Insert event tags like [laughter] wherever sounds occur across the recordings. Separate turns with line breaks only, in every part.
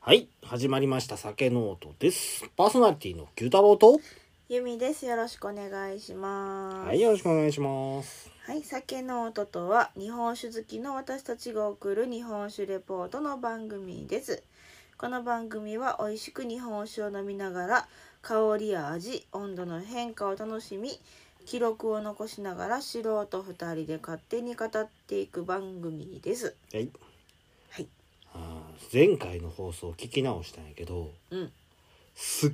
はい、始まりました酒ノートです。パーソナリティの牛太郎と、
ゆみです。よろしくお願いします。
はい、よろしくお願いします。
はい酒ノートとは日本酒好きの私たちが送る日本酒レポートの番組です。この番組は美味しく日本酒を飲みながら香りや味、温度の変化を楽しみ、記録を残しながら素人二人で勝手に語っていく番組です。
はい。
はい。
あー前回の放送聞き直したんやけど、
うん。
すっ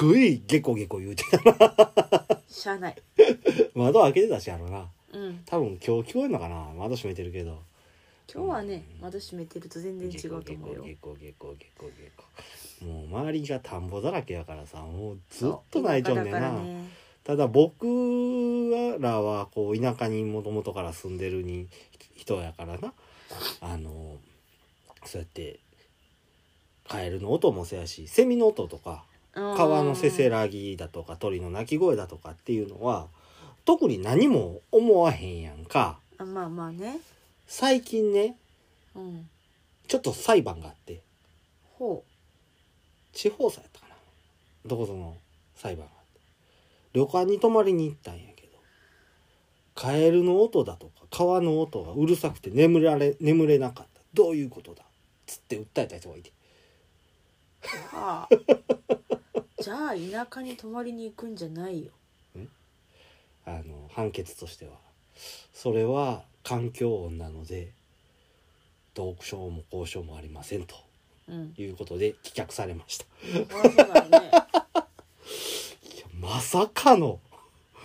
ごいゲコゲコ言うてた。 [laughs]
しゃあない。
窓開けてたしやろな。
うん。
多分今日聞こえんのかな窓閉めてるけど。
今日はね、窓閉めてると全然違うと思うよ
ゲ。コゲコゲコゲコゲコ。もう周りが田んぼだらけやからさ、もうずっと泣いちゃうんだよ
田
な。
舎だからね
ただ僕らはこう田舎にもともとから住んでるに人やからなあのそうやってカエルの音もせやしセミの音とか
うん
川のせせらぎだとか鳥の鳴き声だとかっていうのは特に何も思わへんやんか
あまあまあね。
最近ね
うん。
ちょっと裁判があって
ほう。
地方裁やったかなどこその裁判があって旅館に泊まりに行ったんやけどカエルの音だとか川の音がうるさくて眠られ眠れなかったどういうことだつって訴えた人がいて
はあ、じゃあ田 [laughs] 舎に泊まりに行くんじゃないよ
あの判決としてはそれは環境音なので読書も交渉もありませんと
うん
いうことで棄却されました
そりゃそうだよね
いやまさかの [laughs]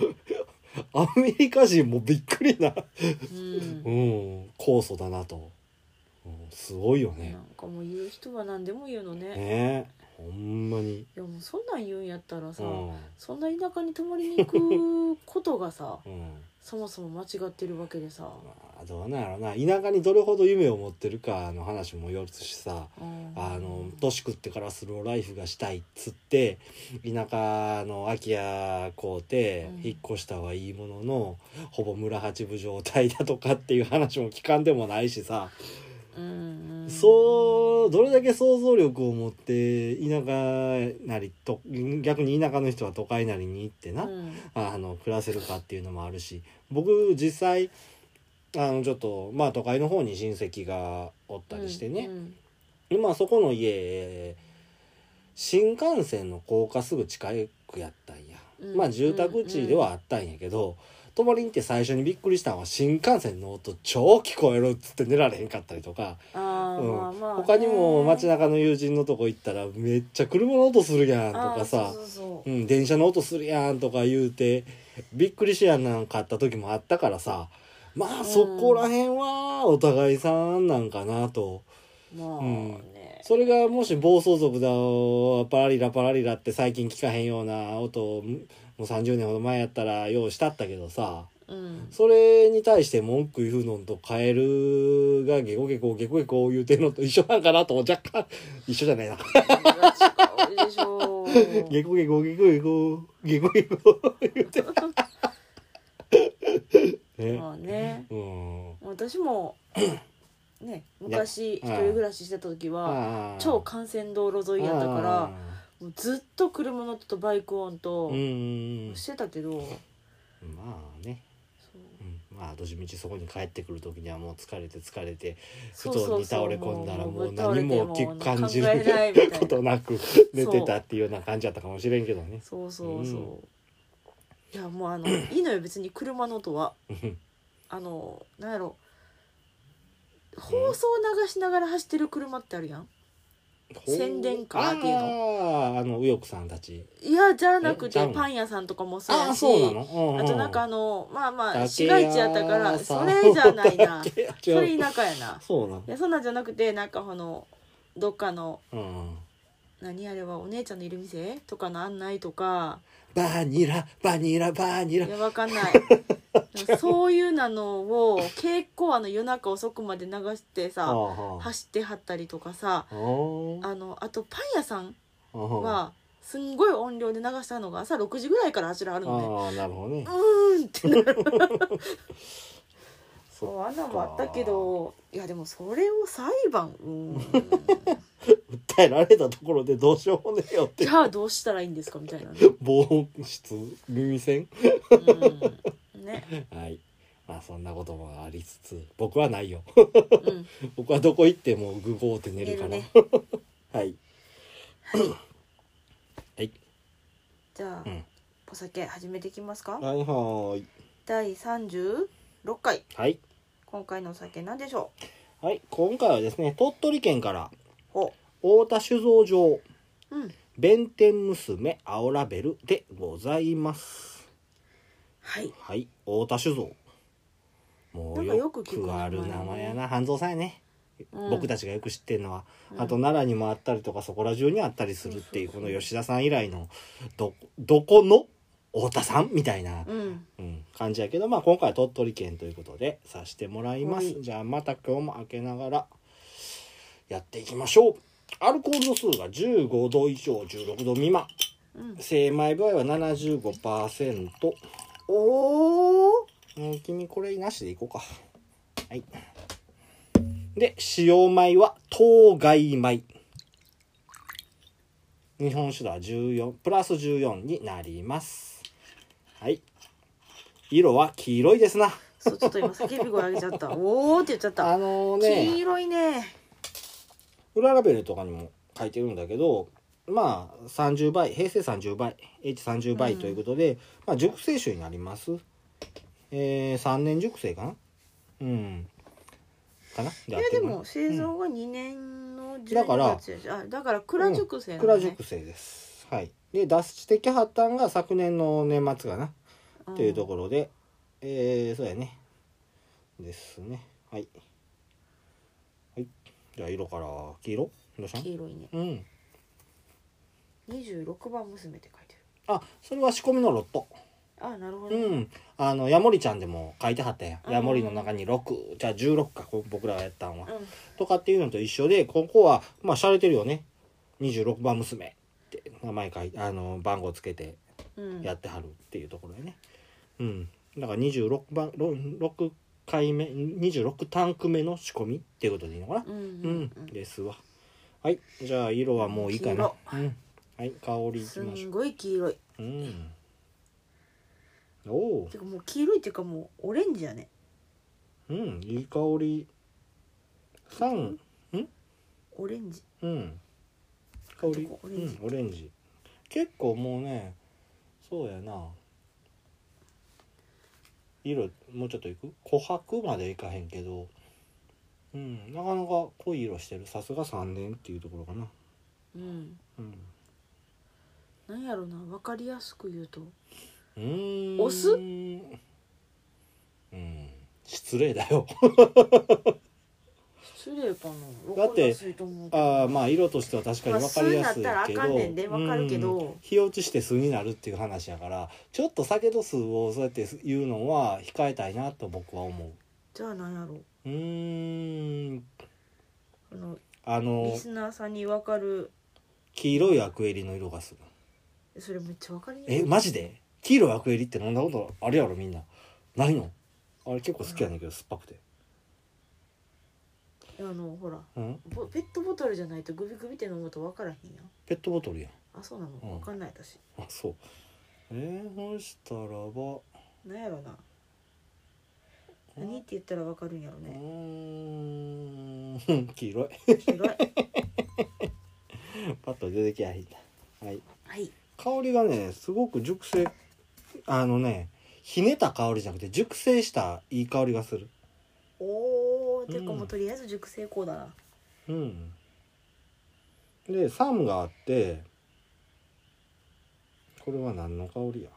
アメリカ人もびっくりな
うん
うん、酵素だなと、うん、すごいよね
なんかもう言う人は何でも言うのね
ねほんまに
いやもうそんなん言うんやったらさ、
うん、
そんな田舎に泊まりに行くことがさ [laughs]
うん、
そもそも間違ってるわけでさ、
まあどうなんやろな田舎にどれほど夢を持ってるかの話もよるしさ
うん
あの年食ってからスローライフがしたいっつって田舎の空き家買うて
うん
引っ越したはいいものの、ほぼ村八分状態だとかっていう話も聞かんでもないしさ
うんうん
そうどれだけ想像力を持って田舎なりと逆に田舎の人は都会なりに行ってな、
うん
あの暮らせるかっていうのもあるし僕実際あのちょっとまあ都会の方に親戚がおったりしてね、
うん
でまあそこの家新幹線の高架すぐ近くやったんや、
うん
まあ住宅地ではあったんやけど、泊まりに行って最初にびっくりしたのは新幹線の音超聞こえるっつって寝られへんかったりとか。
あー、
うん
まあまあね
他にも街中の友人のとこ行ったらめっちゃ車の音するやんとか
あー
さ
そうそう
う
そ
ん、電車の音するやんとか言うてびっくりしやんなんかあった時もあったからさまあそこら辺はお互いさんなんかなと、
うまあ
うん
ね、
それがもし暴走族だパラリラパラリラって最近聞かへんような音をもう30年ほど前やったら用意したったけどさ
うん
それに対して文句言うのとカエルがゲコゲコゲコゲコ言うてんのと一緒なんかなと若干一緒じゃないな
違うでしょ
[laughs] ゲコゲコゲコゲコゲコゲコ言うてね
まあね
うん
私もね昔一
うん
人暮らししてた時は
あー
超幹線道路沿いやったからもうずっと車の音とバイク
あ
音
ー
と
うん
してたけど、
まあね、
そう
うん、まあどじみちそこに帰ってくる時にはもう疲れて疲れて
そ
布
うそう
団に
そう
倒れ込んだらもう
ぶっ倒れ
何
て
もき
もう
感じる
考えないみたいな
ことなく寝てたっていうような感じだったかもしれんけどね。
そうそうそう、
う
いやもうあ
[laughs]
のいいのよ別に車の音は
うん
あのなんやろ放送流しながら走ってる車ってあるやん宣伝カーっていうの
あーあの右翼さんたち
いやじゃなく
えちゃう
て
の
パン屋さんとかもそう
ああ
や
ー
し
そうなの、うんうん
あとなんかあのまあまあ市
竹谷
街地やったから
さ
そ
ん
れじゃない
[laughs]
な
竹谷
そ
違
れ
う
田舎やな
そうなの
いやそんなんじゃなくてなんかこのどっかの
うん
何あれはお姉ちゃんのいる店とかの案内とか
バニラバニラバニラ
いやわかんない
[laughs]
でもそういうなのを結構あの夜中遅くまで流して
あ
さ走ってはったりとかさ
あー
あのあとパン屋さん
あー
はすんごい音量で流したのが朝6時ぐらいからあちらあるのね
ああなるほどね
うーんってなる
[laughs] そっ
そうあんなんもあったけどいやでもそれを裁判うーん
えられたところでどうしようもねえよって
[laughs] じゃあどうしたらいいんですかみたいなね、
防音室耳栓
うん、ね、
はいまあそんなこともありつつ僕はないよ [laughs]
うん、
僕はどこ行ってもグゴーって寝
寝
るか
る
ら、
ね
[laughs] はい
はい
はい
じゃあ、
うん
お酒始めていきますか
はいはーい
第36回
はい
今回のお酒なんでしょう
はい今回はですね鳥取県から
ほ
太田酒造場
ううん
弁天娘青ラベルでございます
はい
はい太田酒造も
な
うん
かよ
よ
く聞く名前
くある名前やな半蔵さんやね、
うん
僕たちがよく知ってるのは、
うん
あと奈良にもあったりとかそこら中にあったりするっていう
そ
こ
うそうそ
の
う
吉田さん以来のどどこの太田さんみたいな、
うん
うん、感じやけど、まあ、今回は鳥取県ということでさしてもらいます、
はい
じゃあまた今日も開けながらやっていきましょうアルコール度数が15度以上16度未満
うん
精米部合は75%
おお
うん君これなしでいこうかはいで塩米は当該米日本酒度は14プラス14になりますはい色は黄色いですな
そうちょっと今叫び声上げちゃ
[laughs]
ったおおって言っちゃった
あの
黄
ね
色いね
裏ラベルとかにも書いてるんだけどまあ30倍平成30倍 H30 倍ということで、まあ、熟成酒になりますえー、3年熟成かなうんかないで
や
合って
で
るかな
も製造が2年の
だから
12月やじゃんあだから蔵熟成な
蔵
のね
熟成ですはいで脱脂的発端が昨年の年末かな
うん
というところで、えー、そうやねですねはいはいじゃあ色から黄色どうした
黄色いね
うん
26番娘って書いて
あそれは仕込みのロット
るあなるほ
う
どね
んあのヤモリちゃんでも書いてはったや
うんん
ヤモリの中に6じゃあ16かこ僕らがやったんは
うん
とかっていうのと一緒でここはまあ洒落てるよね26番娘って名前書いてあの番号つけて
うん
やってはるっていうところやねうんだから26番ろ6回目26タンク目の仕込みっていうことでいいのかな
うん
う
うんん、うん
ですわはいじゃあ色はもういいかな、うん、はい香りいき
す
ましょ
んごい黄色い
う
う
んおお
てかもう黄色いっていうかもうオレンジやね
うんいい香り3
オレンジ
うん香り
オ
う
レンジ
んオレンジ結構もうねそうやな色もうちょっといく琥珀までいかへんけどうんなかなか濃い色してるさすが3年っていうところかな
うん
うん
なんやろな分かりやすく言うと
うーん
お酢
うん失礼だよ
失礼かな
だって
分かりやすいと思うけど
ああまあ色としては確かに分かりやすいけど、
まあ酢になったらあかんねんで分かるけど
うん日落ちして酢になるっていう話やからちょっと酒と酢をそうやって言うのは控えたいなと僕は思
じゃあなんやろ
ううーん
あの
あの
リスナーさんに分かる
黄色いアクエリの色がする
それめっちゃ分かりにくい
えマジで黄色いアクエリって飲んだことあるやろみんなないのあれ結構好きやねんけど酸っぱくて
あのほら
うん
ボペットボトルじゃないとグビグビって飲むと分からへんやん
ペットボトルやん [laughs]
あそうなの
うん
分かんない私
あそうえー、そしたらば
なんやろな何って言ったら分かるんやろ
う
ね
ーん [laughs] 黄色い
黄色い
パッと出てきゃいいんだはい
はい
香りがねすごく熟成あのねひねった香りじゃなくて熟成したいい香りがする
おーていうか
うん
もうとりあえず熟成功だな
うんで酸があってこれは何の香りや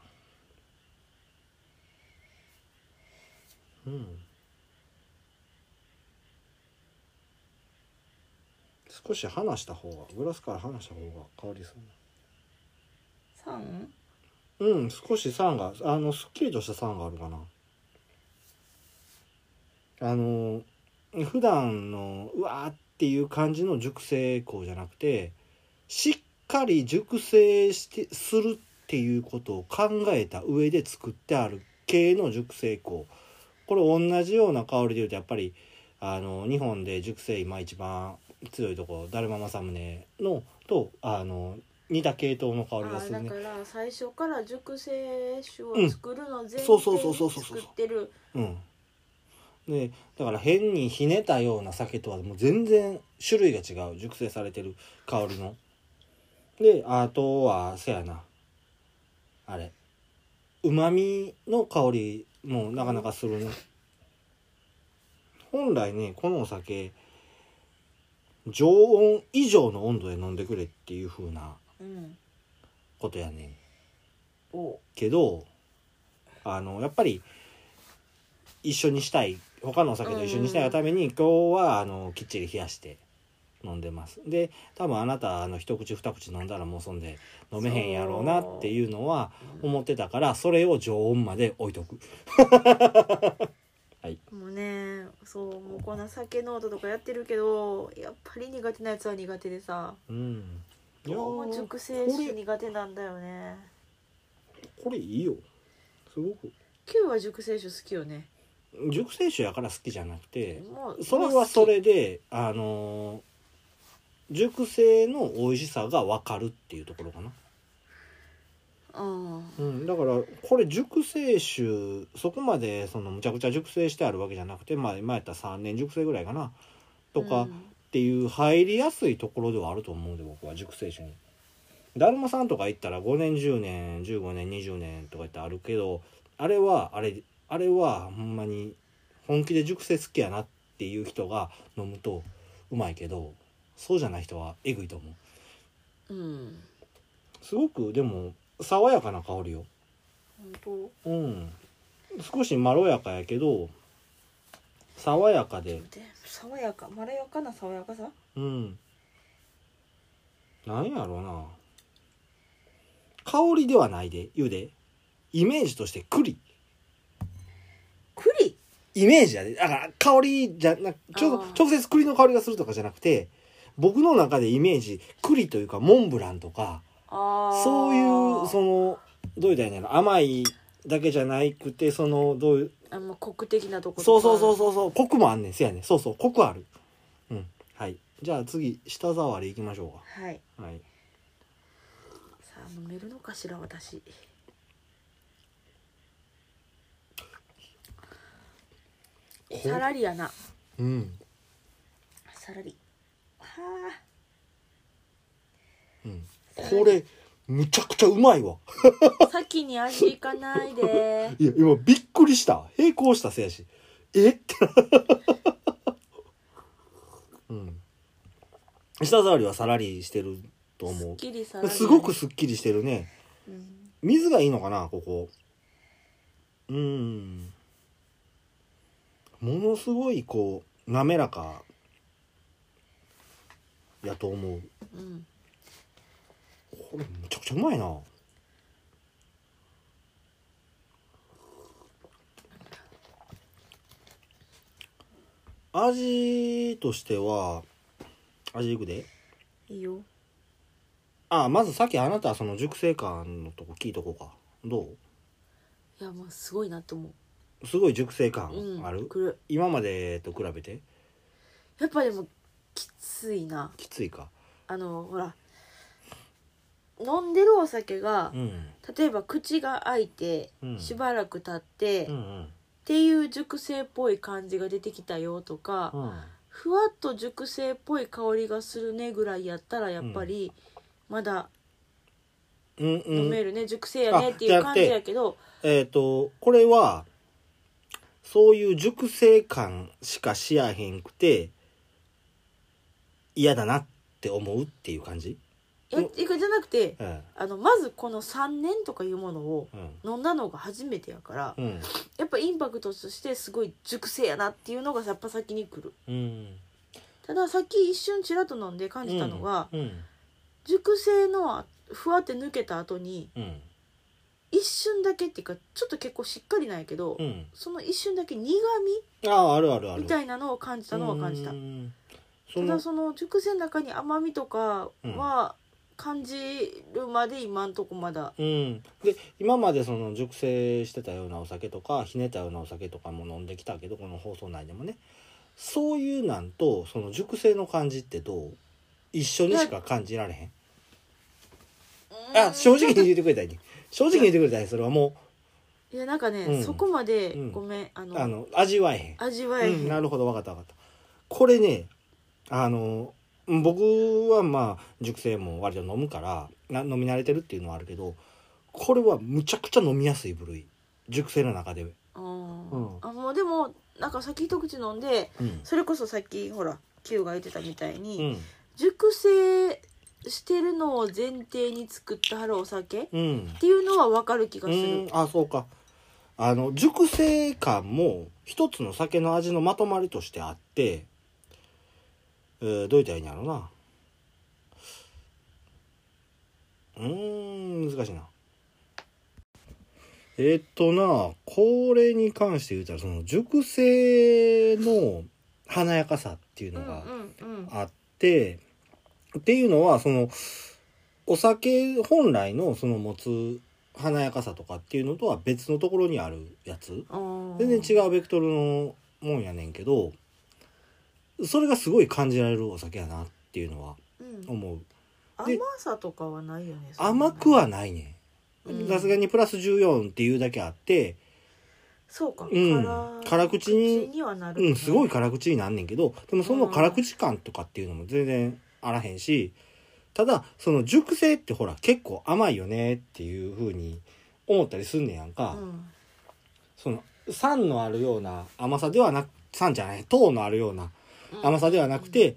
うん少し離した方がグラスから離した方が香りするな
3
うん、少し酸が、あの、すっきりとした酸があるかな。あの、普段の、うわーっていう感じの熟成香じゃなくて、しっかり熟成して、するっていうことを考えた上で作ってある系の熟成香。これ同じような香りで言うと、やっぱり、あの、日本で熟成今一番強いとこだるま政宗のとあの似た系統の香りが
あ
す
だ
るね
から最初から熟成酒を作るの前提
そうそうそうそう
に
そうそう
作ってる
うんでだから変にひねったような酒とはもう全然種類が違う熟成されてる香りのであとはせやなあれうまみの香りもなかなかするね本来ねこのお酒常温以上の温度で飲んでくれっていう風な
うん
ことやねん
お
けどあのやっぱり一緒にしたい他のお酒と一緒にしたいがために、今日はあのきっちり冷やして飲んでますで多分あなたあの一口二口飲んだらもうそんで飲めへんやろうなっていうのは思ってたからそれを常温まで置いとく
もうねそうもうこんな酒ノートとかやってるけどやっぱり苦手なやつは苦手でさ
うんいやー
もう熟成
こ
酒
れ
苦手なんだよね
これいいよすごく
Q は熟成酒好きよね
熟成酒やから好きじゃなくて、
もう
それ
もう
は
好き
それであのー熟成の美味しさが分かるっていうところかな、
うん
うん、だからこれ熟成酒そこまでそのむちゃくちゃ熟成してあるわけじゃなくてまあ今やったら3年熟成ぐらいかなとか
う
っ
ん
ていう入りやすいところではあると思うで僕は熟成酒に。だるまさんとか行ったら5年10年15年20年とかってあるけどあれはあれあれはほんまに本気で熟成好きやなっていう人が飲むとうまいけどそうじゃない人はえぐいと思う
うん
すごくでも爽やかな香りよ
本
うん少しまろやかやけど爽やか
当
で
で爽やかまろやかな爽やかさ
うんなんやろうな香りではないでゆでイメージとして栗
栗
イメージやでだから香りじゃなちょ
あー
直接栗の香りがするとかじゃなくて僕の中でイメージ栗というかモンブランとか
あー
そういうそのどういうたらいいんだろう甘いだけじゃなくてそのどういう
あの国的なとことか
そうそうそうそうそうコクもあんねんせやねんそうそうコクあるうんはいじゃあ次舌触りいきましょ
はい。
うかはい
さあ飲めるのかしら私。
こ
さらりやな。
うん
さらり。は
うんこれむちゃくちゃうまいわ
あ。先に味いかないで。
いや今びっくりした並行したせやしえって [laughs] うん舌触りはさらりしてると
す
思
っきりさら
う
り。
すごく。すっきりしてるね
うん。
水がいいのかなここうんものすごいこう滑らかやと思う
うん。
これめちゃくちゃうまいな味としては味いくで
いいよ。
あまずさっきあなたはその熟成感のとこ聞いとこうかど
いやもうすごいなと思
うすごい熟成感
う。うん。
ある、
くる。
今までと比べて
やっぱでもきついな。
きついか
あのほら。飲んでるお酒が、
うん
例えば口が開いて、
うん
しばらく経って、
うんう
っ
ん
ていう熟成っぽい感じが出てきたよとか、
うん
ふわっと熟成っぽい香りがするねぐらいやったらやっぱりまだ
うんうん
飲めるね、熟成やねっていう感じやけど
えっ、とこれはそういう熟成感しかしやへんくて嫌だなって思うっていう感じ
いや
うん
ていうかじゃなくて
うん
あのまずこの3年とかいうものを
うん
飲んだのが初めてやから
うん
やっぱインパクトとしてすごい熟成やなっていうのがやっぱ先に来る
うん
たださっき一瞬ちらっと飲んで感じたのが、
うん
熟成のふわって抜けた後に
うん
一瞬だけっていうかちょっと結構しっかりなんやけど、
うん
その一瞬だけ苦
あああるあるあ
味
る
みたいなのを感じたのは感じた
うんそ
た
の
だその熟成の中に甘みとかは感じるまで今んとこまだ
うん、で今までその熟成してたようなお酒とかひねったようなお酒とかも飲んできたけどこの放送内でもねそういうなんとその熟成の感じってどう一緒にしか感じられへんあ正直に
ちょっ
言ってくれたいね正直に言ってくれたいそれはも
といやなんかね、
うん
そこまで、
うん
ごめんあ
う
の
あの味わえへん
味わえへん、
うん、なるほど分かった分かったこれねあの僕はまあ熟成も割と飲むからな飲み慣れてるっていうのはあるけどこれはむちゃくちゃ飲みやすい部類熟成の中で、
あ
うん
ーあもうでもなんか先一口飲んで
うん
それこそさっきほら Q が言ってたみたいに、
うん
熟成してるのを前提に作ってはるお酒っ
うん、
ていうのは分かる気がする、
うんあそうかあの熟成感も一つの酒の味のまとまりとしてあって、えーどういったらいいんやろうなうーん難しいなえーっとなこれに関して言うたらその熟成の華やかさっていう
う
の
ん
が
うんうん
あってっていうのはそのお酒本来のその持つ華やかさとかっていうのとは別のところにあるやつ
あー
全然違うベクトルのもんやねんけどそれがすごい感じられるお酒やなっていうのは
うん、
思う
甘さとかはないよねそんなね
甘くはないね
うん
んさすがにプラス14っていうだけあって
そうか、
うん
辛
辛口に
はなるね、
うんすごい辛口になんねんけどでもその辛口感とかっていうのも全然あらへんしただその熟成ってほら結構甘いよねっていう風に思ったりすんねやんか、
うん
その酸のあるような甘さではなく酸じゃない糖のあるような
うん
甘さではなくて、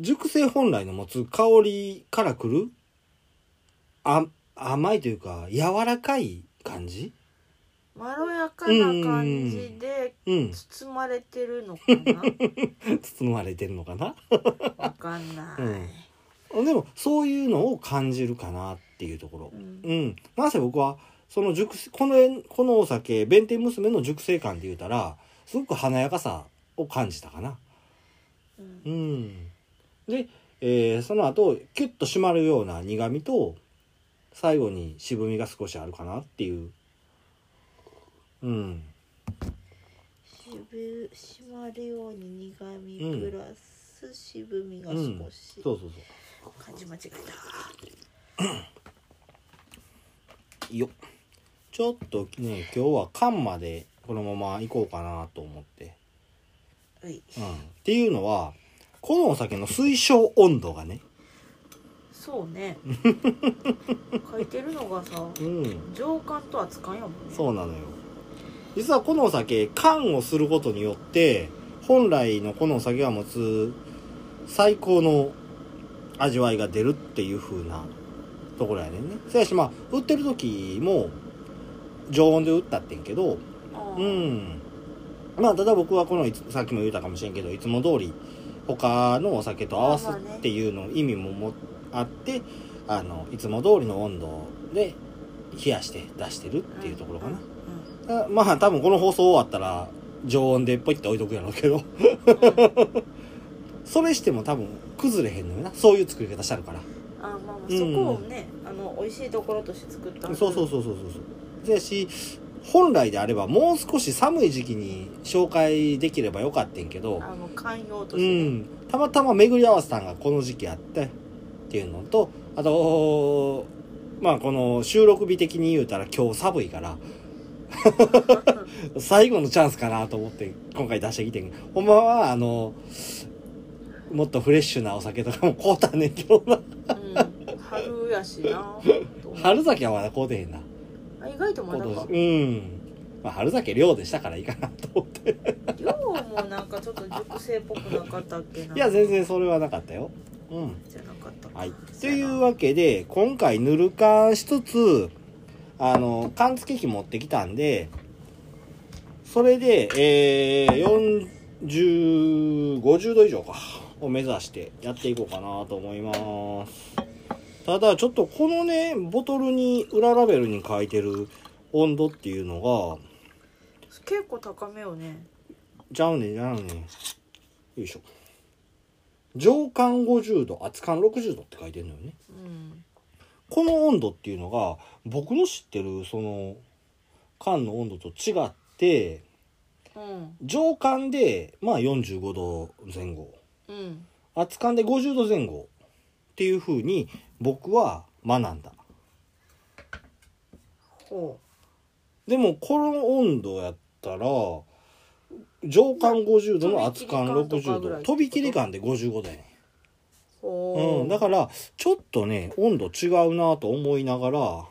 熟成本来の持つ香りからくるあ甘いというか柔らかい感じ
まろやかな感じで
うん
包まれてるのかな、
[laughs] 包まれてるのかな
わかんない、
でもそういうのを感じるかなっていうところ
う。ん
うん。なんせ僕は、その熟成、この絵、このお酒、弁天娘の熟成感で言うたら、すごく華やかさを感じたかな。
うん
うん。で、えーその後、キュッと締まるような苦味と、最後に渋みが少しあるかなっていう。うん。
渋締まるように苦みプラス渋みが
う
少
ん。
し、
そうそうそ
漢字間違え
う。よっちょっとね、今日は缶までこのまま行こうかなと思って。
たはい
うんっていうのはこのお酒の推奨温度がね、
そうね書いてるのがさ
うん、
上巻とはつかんやもん
そうなのよ実はこのお酒缶をすることによって本来のこのお酒が持つ最高の味わいが出るっていう風なところやねんねせやしまあ売ってる時も常温で売ったってんけど
ああ
うんまあただ僕はこのいつさっきも言ったかもしれんけどいつも通り他のお酒と合わすっていうの意味ももあってあのいつも通りの温度で冷やして出してるっていうところかな、
う
あまあ多分この放送終わったら常温でポイって置いとくやろうけど [laughs]
んうん
それしても多分崩れへんのよなそういう作り方してあるから
あーまあまあ
うん
そこをね、あの美味しいところとして作った
そうそうそうそうそうそうだし本来であればもう少し寒い時期に紹介できればよかったんけど
あの寛容と
う
してね、
ん、たまたま巡り合わせたんがこの時期あってっていうのとあとまあこの収録日的に言うたら今日寒いから [laughs] 最後のチャンスかなと思って今回出してきてんほんまはあのもっとフレッシュなお酒とかも買うたんねんけどな
うん春やしな
春酒はまだ買うてへんな
あ意外とまだ
今
か
年うん、まあ、春酒量でしたからいいかなと思って
量もなんかちょっと熟成っぽくなかったっけない
や全然それはなかったようん
じゃなかったか
はい、と
そ
い
やな
うわけで今回ぬるかんしつつあの缶付け機持ってきたんでそれで、えー、4050度以上かを目指してやっていこうかなと思いますただちょっとこのねボトルに裏ラベルに書いてる温度っていうのが
結構高めよね
ちゃうねんちゃうねんよいしょ上缶50度厚缶60度って書いてるのよね
うん
この温度っていうのが僕の知ってるその缶の温度と違って
うん
上巻でまあ45度前後
うん
熱燗で50度前後っていう風に僕は学んだ
ほ
でもこの温度やったら上巻50度の熱燗60度飛
飛
び切
び切
り
り
感で55度やね
うほう、
うん、だからちょっとね温度違うなと思いながら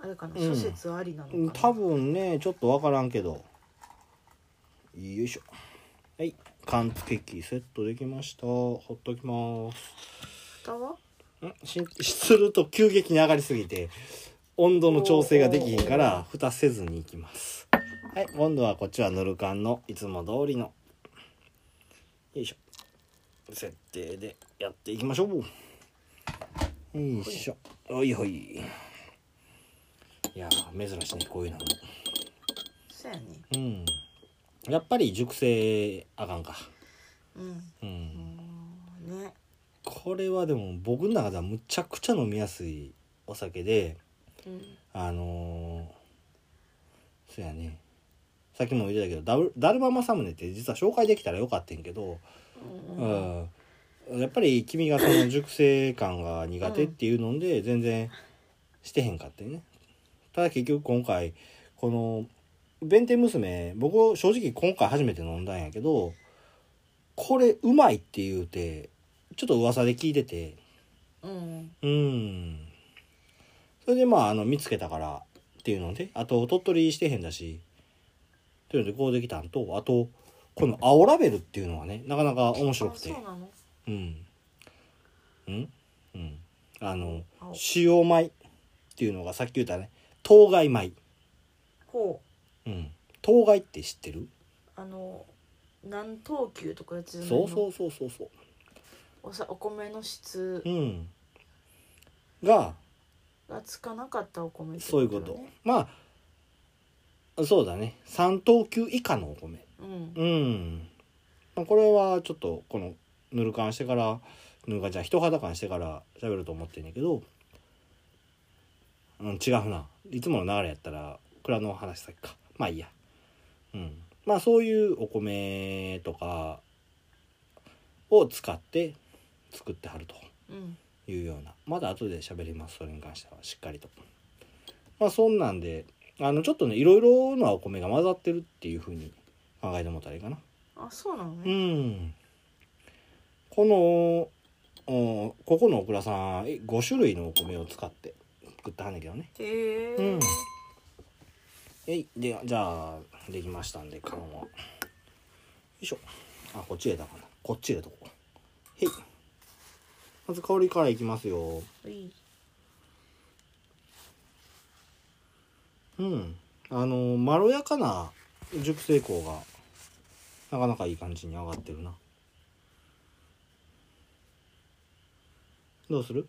あれかな
うん
諸説ありなのか
うん
な
多分ねちょっとわからんけどよいしょはい缶付器セットできましたほっときます
蓋は
んしすると急激に上がりすぎて温度の調整ができひんから蓋せずにいきますはい温度はこっちはぬる缶のいつも通りのよいしょ設定でやっていきましょうよいしょおいほいいやー珍しいねこういうのも
そうやね
うんやっぱり熟成あかんか
うん
うん
うんね
これはでも僕の中ではむちゃくちゃ飲みやすいお酒で
うん
あのー、そうやねさっきも言ってたけどダブダルマ政宗って実は紹介できたらよかったんやけど、
うんう
う
ん
んやっぱり君がその熟成感が苦手っていうので全然してへんかってねただ結局今回この「弁天娘」僕正直今回初めて飲んだんやけどこれうまいって言うてちょっと噂で聞いてて
うん
うん。それでまあ、あの、見つけたからっていうので、あと、鳥取してへんだし、というので、こうできたんと、あと、この青ラベルっていうのはね、なかなか面白
あ
く
そ
て
う。なの
うん。うんうん。あの、
青
塩米っていうのがさっき言ったね、当該米。
ほう
うん。当該って知ってる
あの何等級とかやつじゃない
そ
の
うそうそうそうそう。
おさお米の質
うん。が、
がつかなかったお米って
そういうこ
だ
と
ね。
まあ、そうだね。3等級以下のお米。
うん
うん、まあ、これはちょっとこのぬる感してからぬるかじゃあ人肌感してから喋ると思ってんねんけど、うん、違うないつもの流れやったら蔵の話先かまあいいや、うん、まあそういうお米とかを使って作ってはると
うん
いうようなまだ後で喋りますそれに関してはしっかりとまあそんなんであのちょっとねいろいろなお米が混ざってるっていう風に考えてもらったらいいかな
あそうなの
う
ね
んこのおここのオクラさんえ5種類のお米を使って作ったはんねんけどね
へえ
うんえいでじゃあできましたんで缶はよいしょあこっち入れたかなこっち入れとこうへいまず香りからいきますよ
いい
うんあのまろやかな熟成香がなかなかいい感じに上がってるなどうする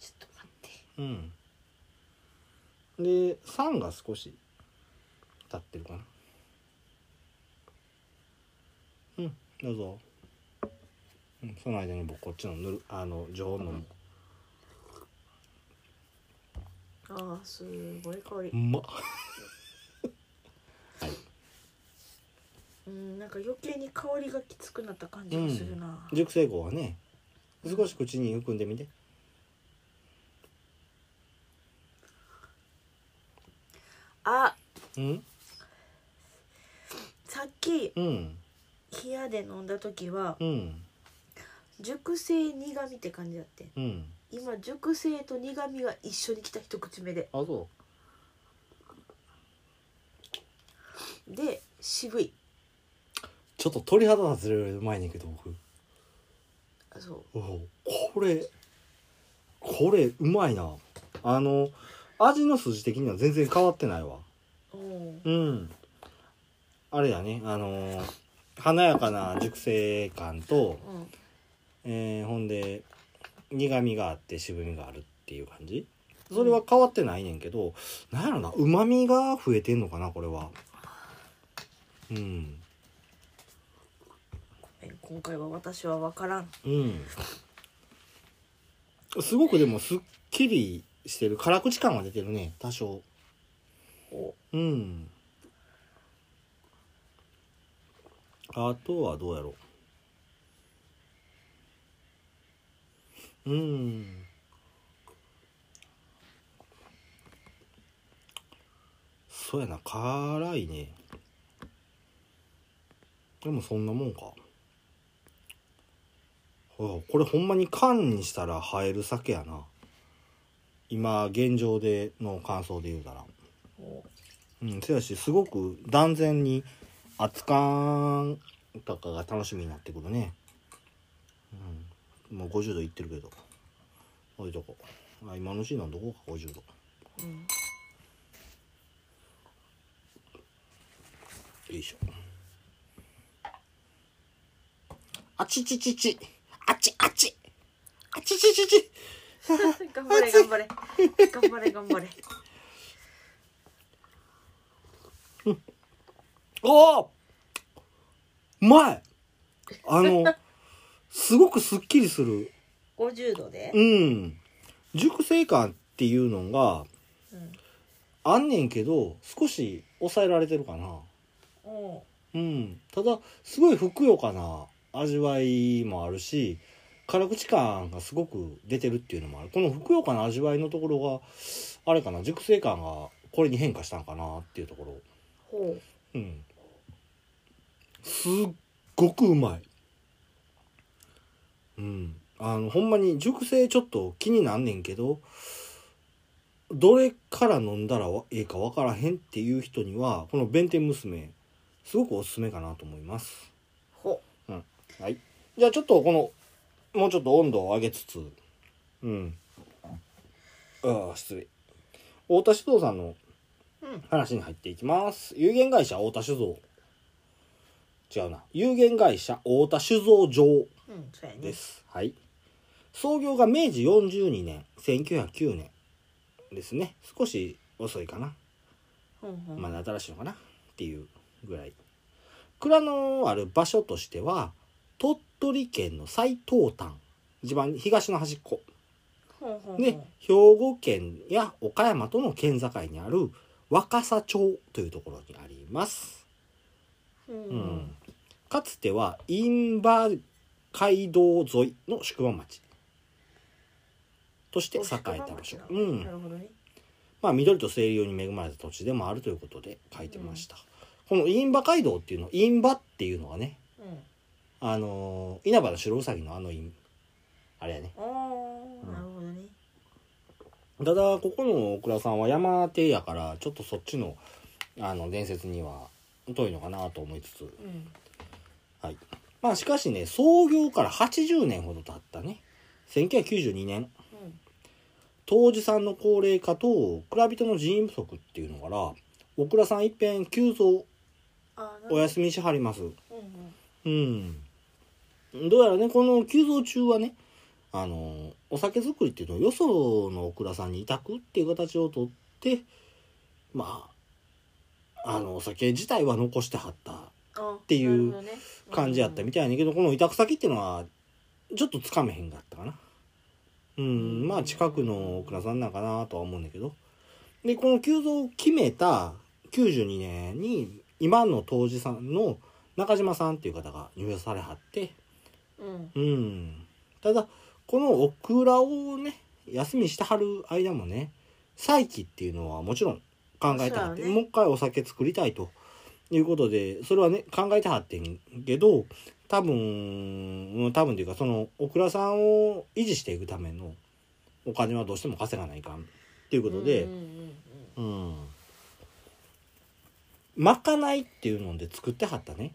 ちょっと待って
うんで酸が少し立ってるかなうんどうぞ、うん、その間に僕こっちのぬるあの常温のも
ああすごい香り
う [laughs] まっ
うんなんか余計に香りがきつくなった感じがするな、
熟成香はね少し口に含んでみて
あ
うん
さっき
うん
冷やで飲んだ時は
うん
熟成苦味って感じだって
うん
今熟成と苦味が一緒に来た一口目で
あそう
で渋い
ちょっと鳥肌立つレベルでうまいねんけど僕
あそう
おうこれこれうまいなあの味の筋的には全然変わってないわ
うん
うんあれだねあのー華やかな熟成感と、
うん
えーほんで苦みがあって渋みがあるっていう感じそれは変わってないねんけど、なんやろなうまみが増えてんのかなこれはうん
え今回は私は分からん
うんすごくでもすっきりしてる辛口感は出てるね多少
お
うんあとはどうやろううーんそうやな辛いねでもそんなもんかほらこれほんまに缶にしたら映える酒やな今現状での感想で言うたら
お
うん、せやしすごく断然に熱燗とかが楽しみになってくるね、うん、もう50度いってるけど置いとこあ今のうちに飲んどこうか50度
うん
よいしょあちちちちあちあちあちちちち
[laughs] 頑張 [laughs] れ頑張れ頑張れ頑張れ
おおうまいあのすごくすっきりする
50度で
うん熟成感っていうのが
うん
あんねんけど少し抑えられてるかな
お
うんただすごいふくよかな味わいもあるし辛口感がすごく出てるっていうのもあるこのふくよかな味わいのところがあれかな熟成感がこれに変化したんかなっていうところ
ほう
うんすっごくうまいうんあのほんまに熟成ちょっと気になんねんけどどれから飲んだらわええかわからへんっていう人にはこの弁天娘すごくおすすめかなと思います
ほ
はいじゃあちょっとこのもうちょっと温度を上げつつうんああ失礼太田酒造さんの
ううん
話に入っていきます。有限会社太田酒造。違うな。有限会社太田酒造場
うんそうやね
です。はい。創業が明治42年、1909年ですね。少し遅いかな。
ほんほん
まだ新しいのかなっていうぐらい。蔵のある場所としては、鳥取県の最東端。一番東の端っこ。
ほんほんほん
で、兵庫県や岡山との県境にある若狭町というところにあります。
うん
うんかつては印馬街道沿いの宿場町として栄えた場所、う
なんるほどね
まあ、緑と清涼に恵まれた土地でもあるということで書いてました、この印馬街道っていうの印馬っていうのはね
うん
あのー稲葉の白うさぎのあの印あれやね
お
うん
ーなるほどね
ただここの大倉さんは山手やからちょっとそっちのあの伝説には遠いのかなと思いつつ
うん
はい、まあしかしね創業から80年ほど経ったね1992年
うん
当時産の高齢化と蔵人の人員不足っていうのからお倉さんいっぺん急増
あ
お休みしはります
うんうん
うんどうやらねこの急増中はねあのお酒造りっていうのをよそのお倉さんに委託っていう形をとってまああのお酒自体は残してはった
あって
いう
う
感じやったみたいやねんけど、この委託先っていうのはちょっとつかめへんかったかなうんまあ近くの倉さんなんかなとは思うんだけどでこの急増を決めた92年に今の当時さんの中島さんっていう方が入社されはって
うん
うんただこのオクラをね休みしてはる間もね再起っていうのはもちろん考えてはって、
そうだね
もう一回お酒作りたいということでそれはね考えてはってんけど多分うん多分というかそのオクラさんを維持していくためのお金はどうしても稼がないかんっていうことで
うんうんうん
うんまかないっていうので作ってはったね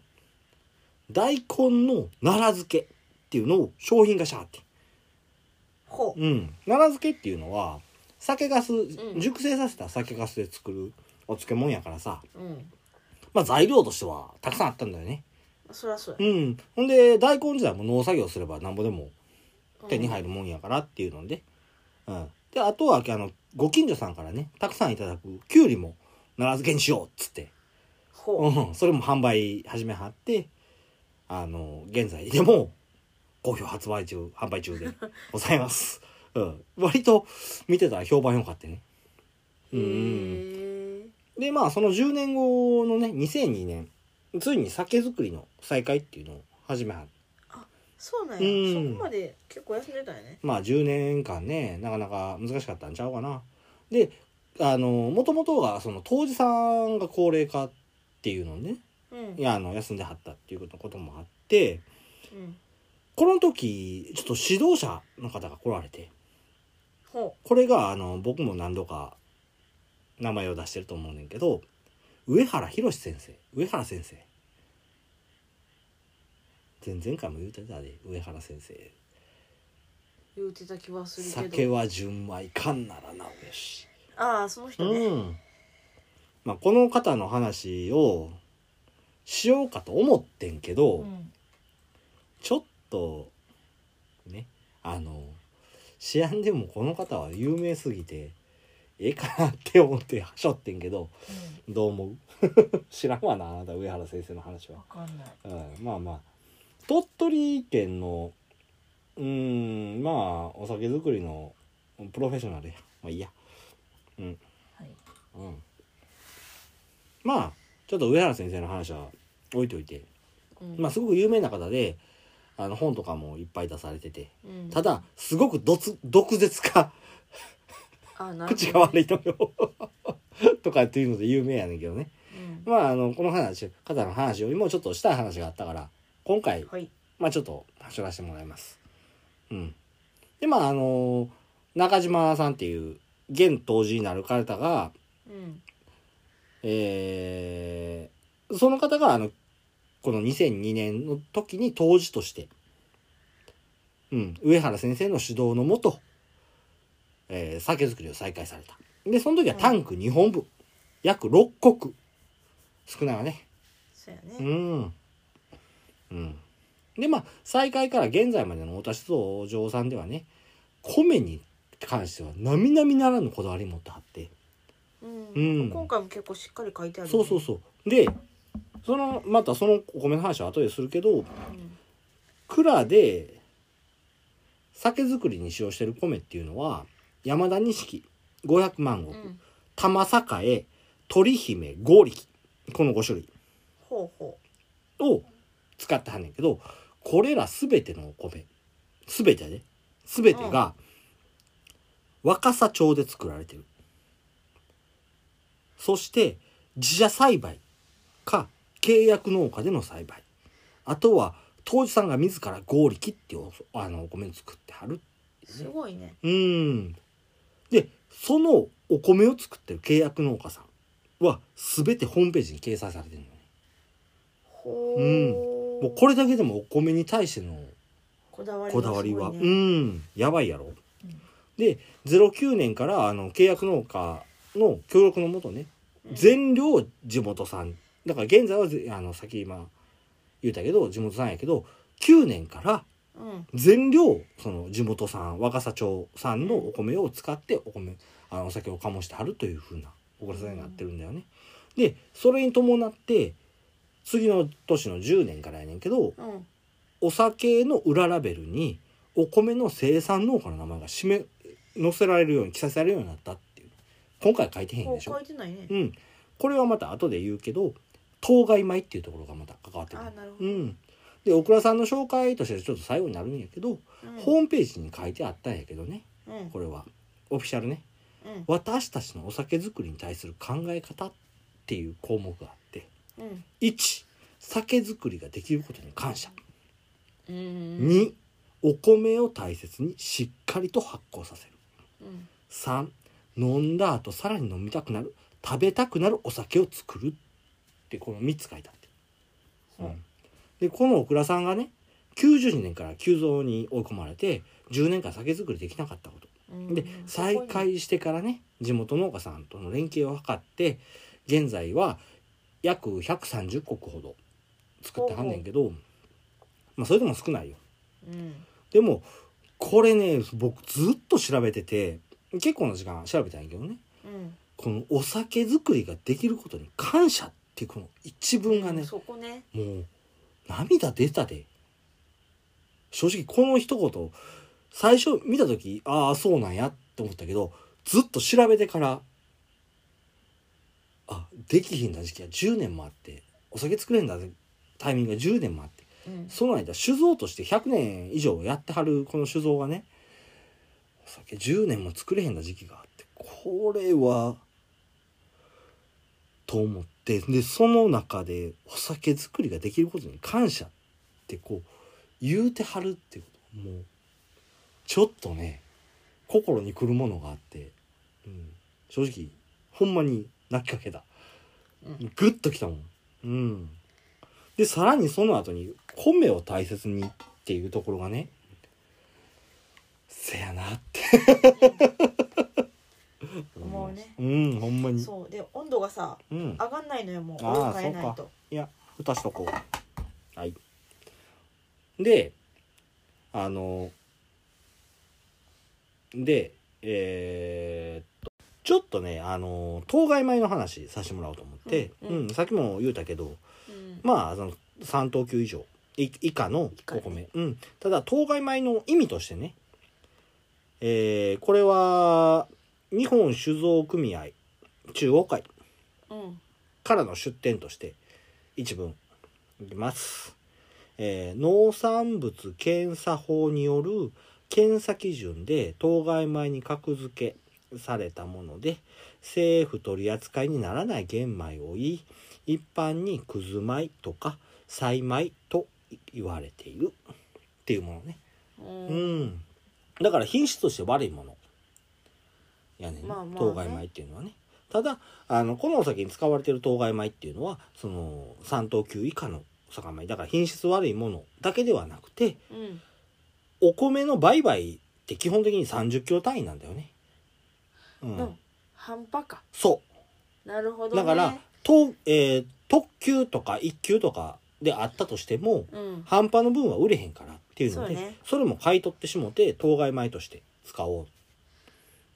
大根の奈良漬けっていうのを商品化しはって
ほう
うん、奈良漬けっていうのは酒粕、
ん
熟成させた酒粕で作るお漬物やからさ、
うん
まあ、材料としてはたくさんあったんだよね
そりゃそう
う
や
んほんで大根自体も農作業すればなんぼでも
うん
手に入るもんやからっていうので、うん、であとはあのご近所さんからねたくさんいただくきゅうりも奈良漬けにしようっつって、
ほう
うん、それも販売始めはってあの現在でも好評発売中販売中でござい
[laughs]
ます、うん、割と見てたら評判良かったねうん
へえ
でまあその10年後のね2002年ついに酒造りの再開っていうのを始めはる
そうなん
う
や
ん
そこまで結構休んでたよね
まあ10年間ねなかなか難しかったんちゃうかなであのもともとがその杜氏さんが高齢化っていうのをね
うん
いやあの休んではったっていうことこともあって
うん
この時ちょっと指導者の方が来られて
ほ
これがあの僕も何度か名前を出してると思うねんけど上原宏先生上原先生前々回も言うてたで上原先生
う言うてた気はするけ
酒
ど
は純米缶ならなおよし
ああその人
う
ね
んまあこの方の話をしようかと思ってんけど、
うん
ちょっとねあの試案でもこの方は有名すぎてええかなって思ってはしょってんけどどう思う [laughs] 知らんわなあなた上原先生の話は
わ、かんない
うん、まあまあ鳥取県のうーんまあお酒造りのプロフェッショナルやまあいいや
はい
うんまあちょっと上原先生の話は置いといて、
うん
まあすごく有名な方であの本とかもいっぱい出されてて
うん
ただすごくどつ毒舌か
あなるほどね
口が悪いのよ [laughs] とかっていうので有名やねんけどね
うん
まああのこの話方の話よりもちょっとしたい話があったから今回
はい
まあちょっと走らせてもらいますうんでまああの中島さんっていう現当時になる方が
うん
えーその方があのこの2002年の時に当時として、うん、上原先生の指導のもと、えー酒造りを再開されたでその時はタンク2本分、約6石少ないわね
そうや
う
ね
んうんでまあ再開から現在までの太田酒造さんではね米に関しては並々ならぬこだわり持ってはって
うん
うん
今回も結構しっかり書いてあるね
そうそうそうでそのまたそのお米の話は後でするけど
うん
蔵で酒造りに使用してる米っていうのは山田錦500万石、
うん
玉栄鳥姫合力この5種類
ほうほ
を使ってはんねんけどこれら全てのお米全てね全てが若狭町で作られてるそして自社栽培か契約農家での栽培あとは当時さんが自ら合力っていうおあのお米を作ってはる
うすごいね
うんでそのお米を作ってる契約農家さんは全てホームページに掲載されてるのね
ほ
うんもうこれだけでもお米に対しての
こだわり
こだわりは、
すご
う
いね
んやばいやろ、
うん
で09年からあの契約農家の協力のもとね全量地元産だから現在はぜあの先今言うたけど地元産やけど9年から
うん
全量その地元産若狭町産のお米を使ってお米あのお酒を醸してはるというふうなお米さんになってるんだよね。でそれに伴って次の年の10年からやねんけど、
うん
お酒の裏ラベルにお米の生産農家の名前が締め載せられるように記載されるようになったっていう今回は書いてへん
ほう
でしょ
書いてないね
うんこれはまた後で言うけど当該米っていうところがまた関わってく
あ
る
なるほ
う
ど
んで小倉さんの紹介としてちょっと最後になるんやけど、
うん
ホームページに書いてあったんやけどね
うん
これはオフィシャルね
うん
私たちのお酒作りに対する考え方っていう項目があって
うん
1酒作りができることに感謝
うん
2お米を大切にしっかりと発酵させる
うん
3飲んだ後さらに飲みたくなる食べたくなるお酒を作るってこの3つ書いてあって、
うん
でこのオクラさんがね92年から急増に追い込まれて10年間酒造りできなかったこと
うん
で再開してからね地元農家さんとの連携を図って現在は約130石ほど作ってはんねんけど、まあ、それでも少ないよ
うん
でもこれね僕ずっと調べてて結構な時間調べたんやけどね
うん
このお酒作りができることに感謝っていうこの一文がね
そこね
もう涙出たで正直この一言最初見た時ああそうなんやって思ったけどずっと調べてからあできひんな時期は10年もあってお酒作れんだぜタイミングが10年もあって
うん
その間酒造として100年以上やってはるこの酒造がねお酒10年も作れへんな時期があってこれはと思ってでその中でお酒作りができることに感謝ってこう言うてはるってこともうちょっとね心にくるものがあって、うん、正直ほんまに泣きかけた
うん
グッときたもんうんでさらにその後に米を大切にっていうところがねせやなって
[laughs] 思うね
うんほんまに
そうで温度がさ
うん
上がんないのよもう
あー
温度変えない
そ
と
いや蓋しとこうはいであのでえーっとちょっとねあの当該米の話させてもらおうと思って、う
う
んん
うん
さっきも言うたけど
うん
まあその3等級以上い以下のお
以下
米、うん、ただ当該米の意味としてね、えーこれは日本酒造組合中央会
うん
からの出典として一文いきます、えー農産物検査法による検査基準で当該米に格付けされたもので政府取り扱いにならない玄米を言い一般にくず米とか栽米と言われているっていうものね
うん
うんだから品質として悪いものやねんね
まあまあね
当該米っていうのはねただあのこのお酒に使われてる当該米っていうのはその3等級以下の酒米だから品質悪いものだけではなくて
うん
お米の売買って基本的に30キロ単位なんだよねうん、
うん半端か
そ
なるほ
う
どね
だから、とえー特級とか1級とかであったとしても
うん
半端の分は売れへんからっていうので
そうね
それも買い取ってしもて当該米として使おう、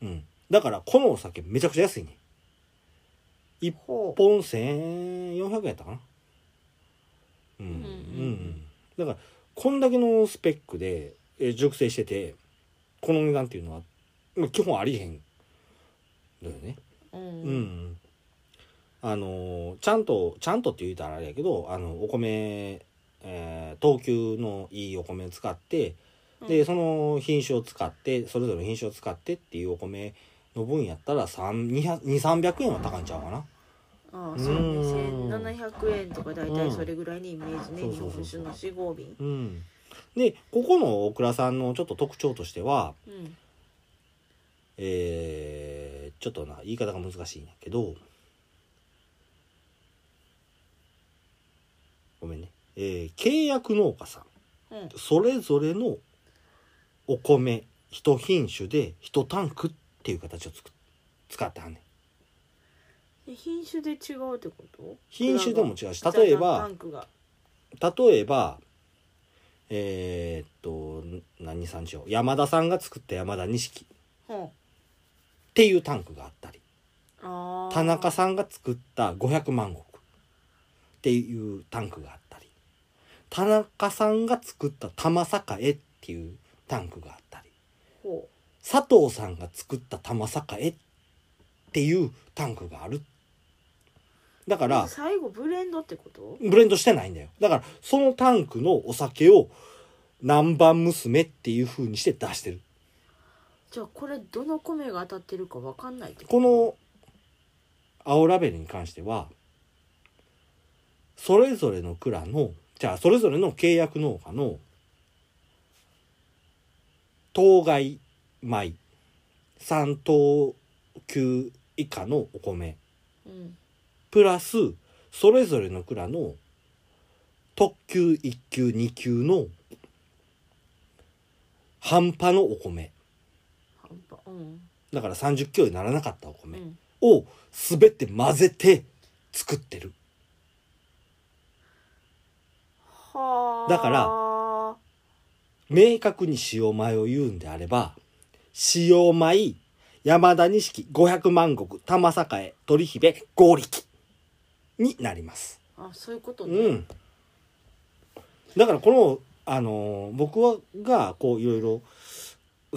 うん、だからこのお酒めちゃくちゃ安いね1
ほう
本1400円やったかなうんうん
うん
うんだからこんだけのスペックでえー熟成しててこの値段っていうのはまあ基本ありえへんだよね
う
うんん、あのちゃんとちゃんとって言うたらあれやけどあのお米、えー等級のいいお米を使って、
う
で
ん
その品種を使ってそれぞれの品種を使ってっていうお米の分やったら2300円は高いんちゃうかな。
ああそうね
うん
1700円とか大体それぐらいにイメージね
うん
日本酒の四合瓶
うん、でここの大倉さんのちょっと特徴としては、
うん
えーちょっとな言い方が難しいんやけどごめんね、えー契約農家さん
うん
それぞれのお米一品種で一タンクっていう形をつく使ってはんねん
で品種で違うってこと
品種でも違うし
蔵が
例え
蔵がタ
ば
ンクが
例えばえーっと何さんしよう山田さんが作った山田錦
ほ
っていうタンクがあったり
うああ
田中さんが作った500万石っていうタンクがあったり田中さんが作った玉栄っていうタンクがあったり
ほう
佐藤さんが作った玉栄っていうタンクがあるだから
最後ブレンドってこと
ブレンドしてないんだよだからそのタンクのお酒を南蛮娘っていう風にして出してる
じゃあこれどの米が当たってるかわかんないって
この青ラベルに関してはそれぞれの蔵のじゃあそれぞれの契約農家の当該米3等級以下のお米
うん
プラスそれぞれの蔵の特級1級2級の半端のお米
半端うん
だから3 0キロにならなかったお
う
米、
ん
を全て混ぜて作ってる
はあ
だから明確に塩米を言うんであれば塩米山田錦500万石玉栄鳥姫合力になります
あそういうこと
う
ね、
んだからこのあのー僕はがこういろいろ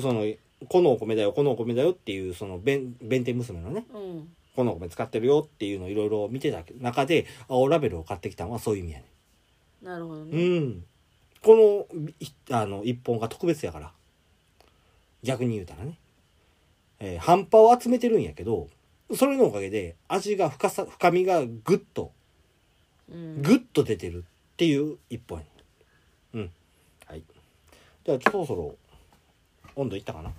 そのこのお米だよこのお米だよっていうその弁弁天娘のね
うん
このお米使ってるよっていうのをいろいろ見てた中で青ラベルを買ってきたのはそういう意味やね
なるほど
う
ね、
んこのいあの一本が特別やから逆に言うたらね、えー、半端を集めてるんやけどそれのおかげで味が深さ深みがグッと
うん、
グッと出てるっていう一本やねうんはいじゃあそろそろ温度いったかな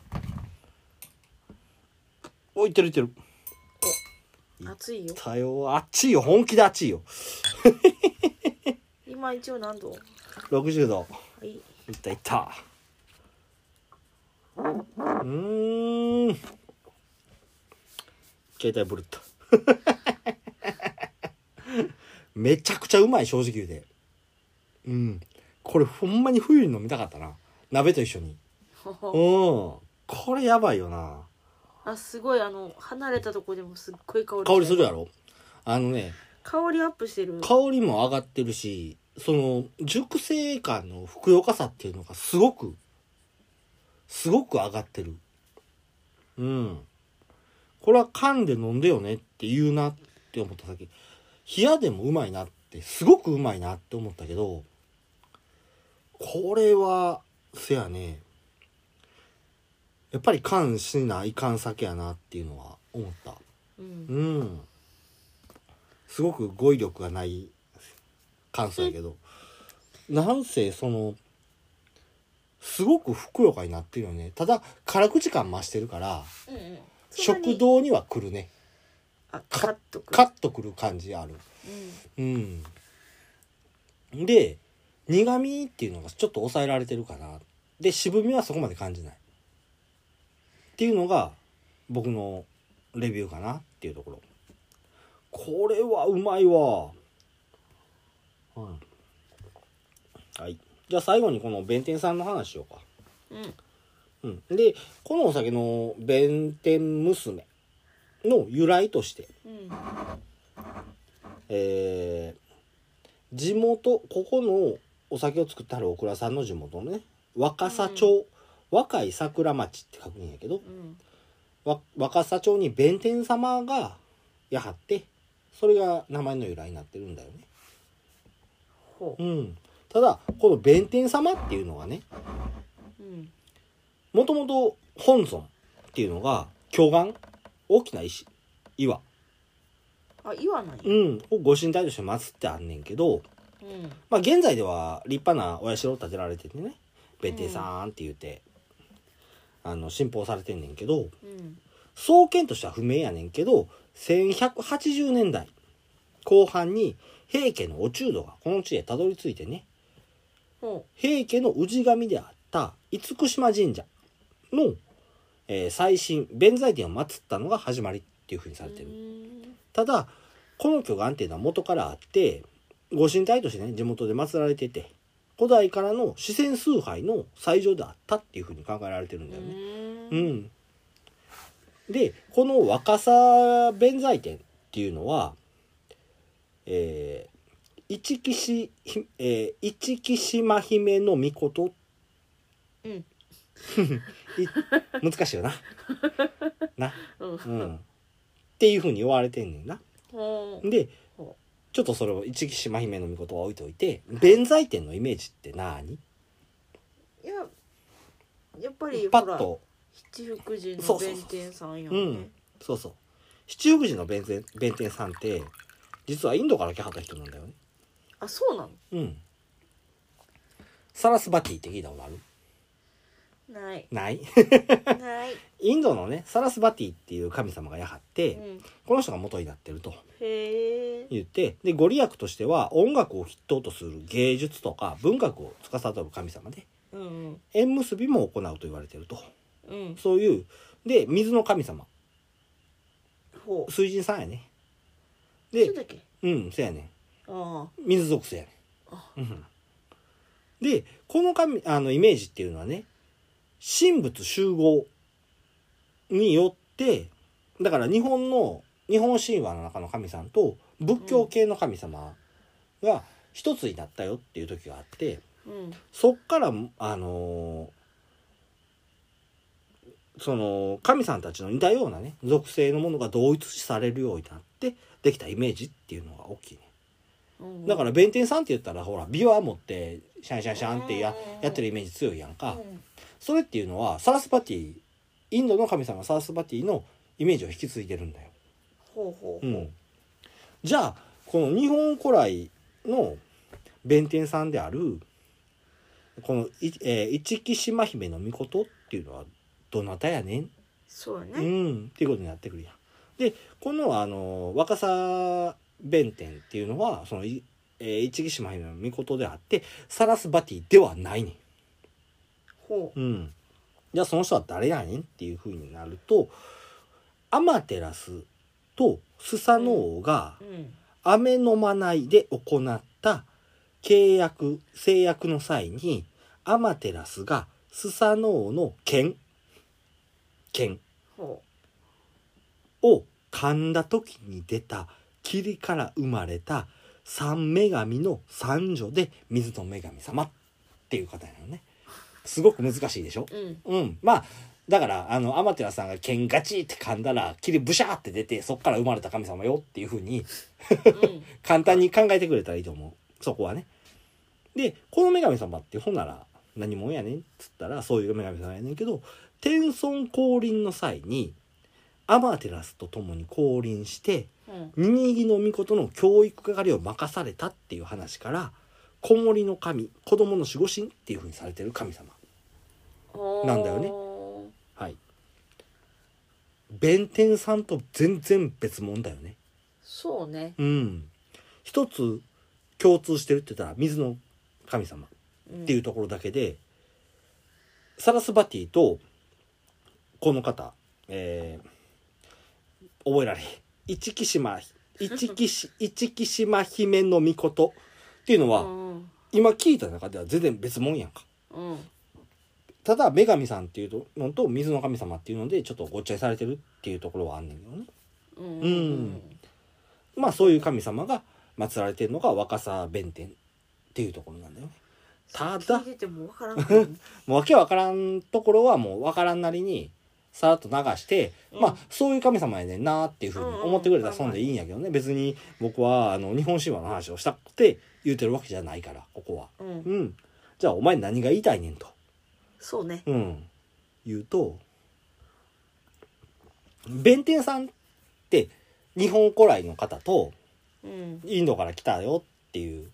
おいってるいってる
熱いよ
さよ熱いよ本気で熱いよ
今一応何度は
60度
い
い
[laughs]
ったいったうーん携帯ブルッと [laughs] めちゃくちゃうまい正直言うてうんこれほんまに冬に飲みたかったな鍋と一緒にうんこれやばいよな
あすごいあの離れたとこでもすっごい香り
香りするやろあのね
香りアップしてる
香りも上がってるしその熟成感のふくよかさっていうのがすごくすごく上がってるうんこれは噛んで飲んでよねって言うなって思った先冷やでもうまいなってすごくうまいなって思ったけどこれはせやねやっぱり缶しない缶酒やなっていうのは思った
うん
うん。すごく語彙力がない感想やけど、なんせその、すごくふくよかになってるよね。ただ、辛口感増してるから、
うんうんそんなに
食堂には来るね。
あカッとく
カッとくる感じある。
う
うん。で、苦味っていうのがちょっと抑えられてるかな。で、渋みはそこまで感じない。っていうのが、僕のレビューかなっていうところ。これはうまいわ。うん。はい。じゃあ最後にこの弁天さんの話しようか。
んうん
うん。で、このお酒の弁天娘の由来として、
うん
えー地元ここのお酒を作ってはる大倉さんの地元のね若狭町、若い桜町って書くんやけど
うん
わ若狭町に弁天様がやはってそれが名前の由来になってるんだよね。
ほ
うん、ただこの弁天様っていうのはね
ううん
もともと本尊っていうのが巨岩大きな石岩、
あ岩なんや
うん、をご神体として祀ってあんねんけど、
うん
まあ現在では立派なお社を建てられててね弁天さんって言って、あの信奉されてんねんけど
うん
創建としては不明やねんけど1180年代後半に平家のお中道がこの地へたどり着いてね
ほ
平家の氏神であった厳島神社の、えー最新弁財天を祀ったのが始まりっていうふうに
う
されてる
う。ん
ただこの巨岩っていうのは元からあってご神体としてね地元で祀られてて古代からの四川崇拝の最上であったっていうふうに考えられてるんだよね。う
うん
ん、でこの若狭弁財天っていうのは、えー一岸ひ、えー一木島姫の御事
うん
[laughs] い難しいよな。な、
う
う
ん
ん、っていうふうに言われてんねんな。
ほう
で
ほ
ちょっとそれを一木島姫の御事は置いておいて弁財天のイメージって何
いややっぱり
パ
ほ
ッ
ら
と
七福神
そ
の
うそうそう
弁天さんや
うんん
ね
そうそう七福神の弁天弁天さんって実はインドから来はった人なんだよね
あそうなの
うんサラスバティって聞いたことある
ない
ない [laughs]
ない
インドのねサラスバティっていう神様がやはっ
う
て
ん
この人が元になってると
へえ
言ってでご利益としては音楽を筆頭とする芸術とか文学を司る神様で
うん
縁結びも行うと言われてると
うん
そういうで水の神様
ほう
水神さんやね
そう
で
だっけ
うんそうやね
あ
水属性やねうんでこの神あのイメージっていうのはね神仏集合によってだから日本の日本神話の中の神さんと仏教系の神様が一つになったよっていう時があって
あうん
そっからあのーその神さんたちの似たようなね属性のものが同一視されるようになってできたイメージっていうのが大きいね
うん
だから弁天さんって言ったらほら琵琶持ってシャンシャンシャンってや
うん
やってるイメージ強いやんか
うん
それっていうのはサラスパティインドの神様サラスパティのイメージを引き継いでるんだよ
ほうほう
う、
ほうん
じゃあこの日本古来の弁天さんであるこのい、えー一木島姫の御事っていうのはどなたやねん、
そうや
う
ね
ん、っていうことになってくるやん。でこのあの若狭弁天っていうのはその、いえー一木島姫の御事であってサラスバティではないねん。
ほう
うん、じゃあその人は誰やねんっていうふうになるとアマテラスとスサノオが、
うん
雨飲まないで行った契約制約の際にアマテラスがスサノオの剣剣
ほ
を噛んだ時に出た霧から生まれた三女神の三女で水の女神様っていう方なのねすごく難しいでしょ
ううん
うんまあだからあのアマテラスさんが剣ガチって噛んだら霧ブシャーって出てそっから生まれた神様よっていうふうに
うん
簡単に考えてくれたらいいと思うそこはねでこの女神様ってほんなら何者やねんっつったらそういう女神様やねんけど天孫降臨の際にアマテラスと共に降臨して
うん
ニニギの御事の教育係を任されたっていう話から子守の神子供の守護神っていう風にされてる神様
ほう
なんだよねはい弁天さんと全然別物だよね
そうね
うん一つ共通してるって言ったら水の神様
っ
っていううところだけで、サラスバティとこの方、えー覚えられへん一木島一木し [laughs] 一木島姫の御事っていうのは、
ん
今聞いた中では全然別物やんか
うん
ただ女神さんっていうのと水の神様っていうのでちょっとごっちゃにされてるっていうところはあんねんけどね
うん
う
うんん
まあそういう神様が祀られてるのが若狭弁天っていうところなんだよねただ
聞いててもわからんけど
もうわけわからんところはもうわからんなりにさらっと流して、
うん
まあそういう神様やねんなっていうふうに思ってくれたらそんでいいんやけどね別に僕はあの日本神話の話をしたくて言うてるわけじゃないからここは。
うん
うん、じゃあお前何が言いたいねんと、
そうね
うん、言うと弁天さんって日本古来の方と
うん
インドから来たよっていう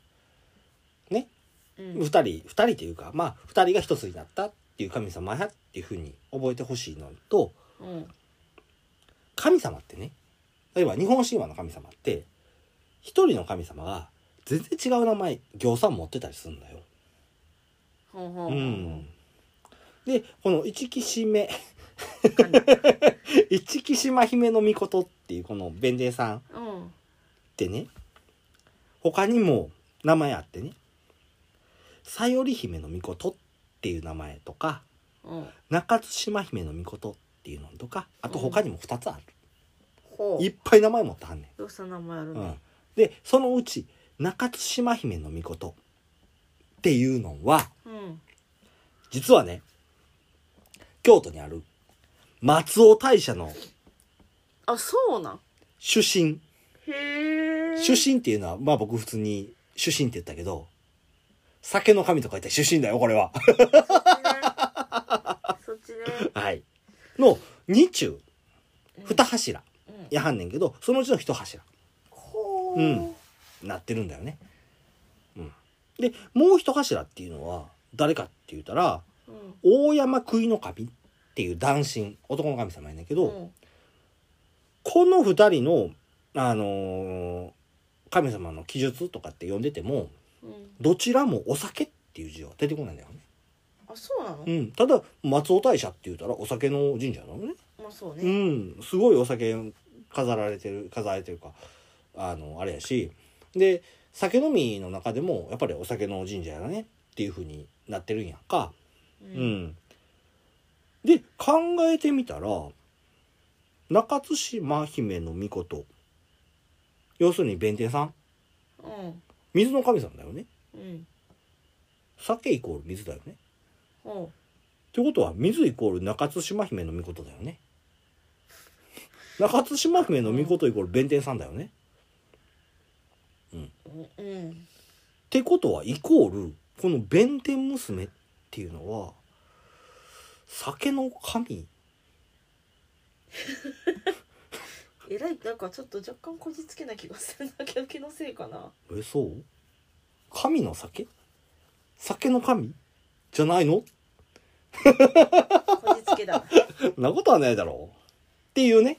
うん
2人2人というかまあ2人が一つになったっていう神様やっていうふうに覚えてほしいのと
うん
神様ってね例えば日本神話の神様って一人の神様が全然違う名前行さん持ってたりするんだよ。
ほうほ
う
うほ
ん、でこの一木姫
うかんない
一木島姫の御事っていうこの弁天さんっ
うん
てね他にも名前あってねさより姫の御事っていう名前とか
うん
中津島姫の御事っていうのとかあと他にも2つある、
ほう
いっぱい名前持ってはんね
よさ名前ある
ん、うん
ね、
でそのうち中津島姫の御事っていうのは
うん
実はね京都にある松尾大社の
あそうなん
主神
へえ
主神っていうのはまあ僕普通に主神って言ったけど酒の神と書いて主神だよこれは
そっちね
はいの二中二柱
うん
やはんねんけどそのうちの一柱
ほう
うんなってるんだよね。うん、でもう一柱っていうのは誰かって言ったら
うん
大山杭の神っていう男神男の神様やねんけど、
うん
この二人の、あのー神様の記述とかって読んでても
うん
どちらもお酒っていう字は出てこないんだよね。
あそうなの
うん、ただ松尾大社って言ったらお酒の神社なのね。
まあそう
う
ね
ん、すごいお酒飾られてる飾られてるかあのあれやしで酒飲みの中でもやっぱりお酒の神社やねっていう風になってるんやんか、
う
うんで考えてみたら中津島姫の御事要するに弁天さん
うん
水の神様だよね
うん
酒イコール水だよねっ
ほ
てってことは水イコール中津島姫の御事だよね中津島姫の御事イコール弁天さんだよね
うんうん
ってことはイコールこの弁天娘っていうのは酒の神
えらいなんかちょっと若干こじつけな気がするな気の気のせいかな
えそう神の酒酒の神じゃないの
こじつ
[laughs]
けだ
そんなことはないだろう。っていうね、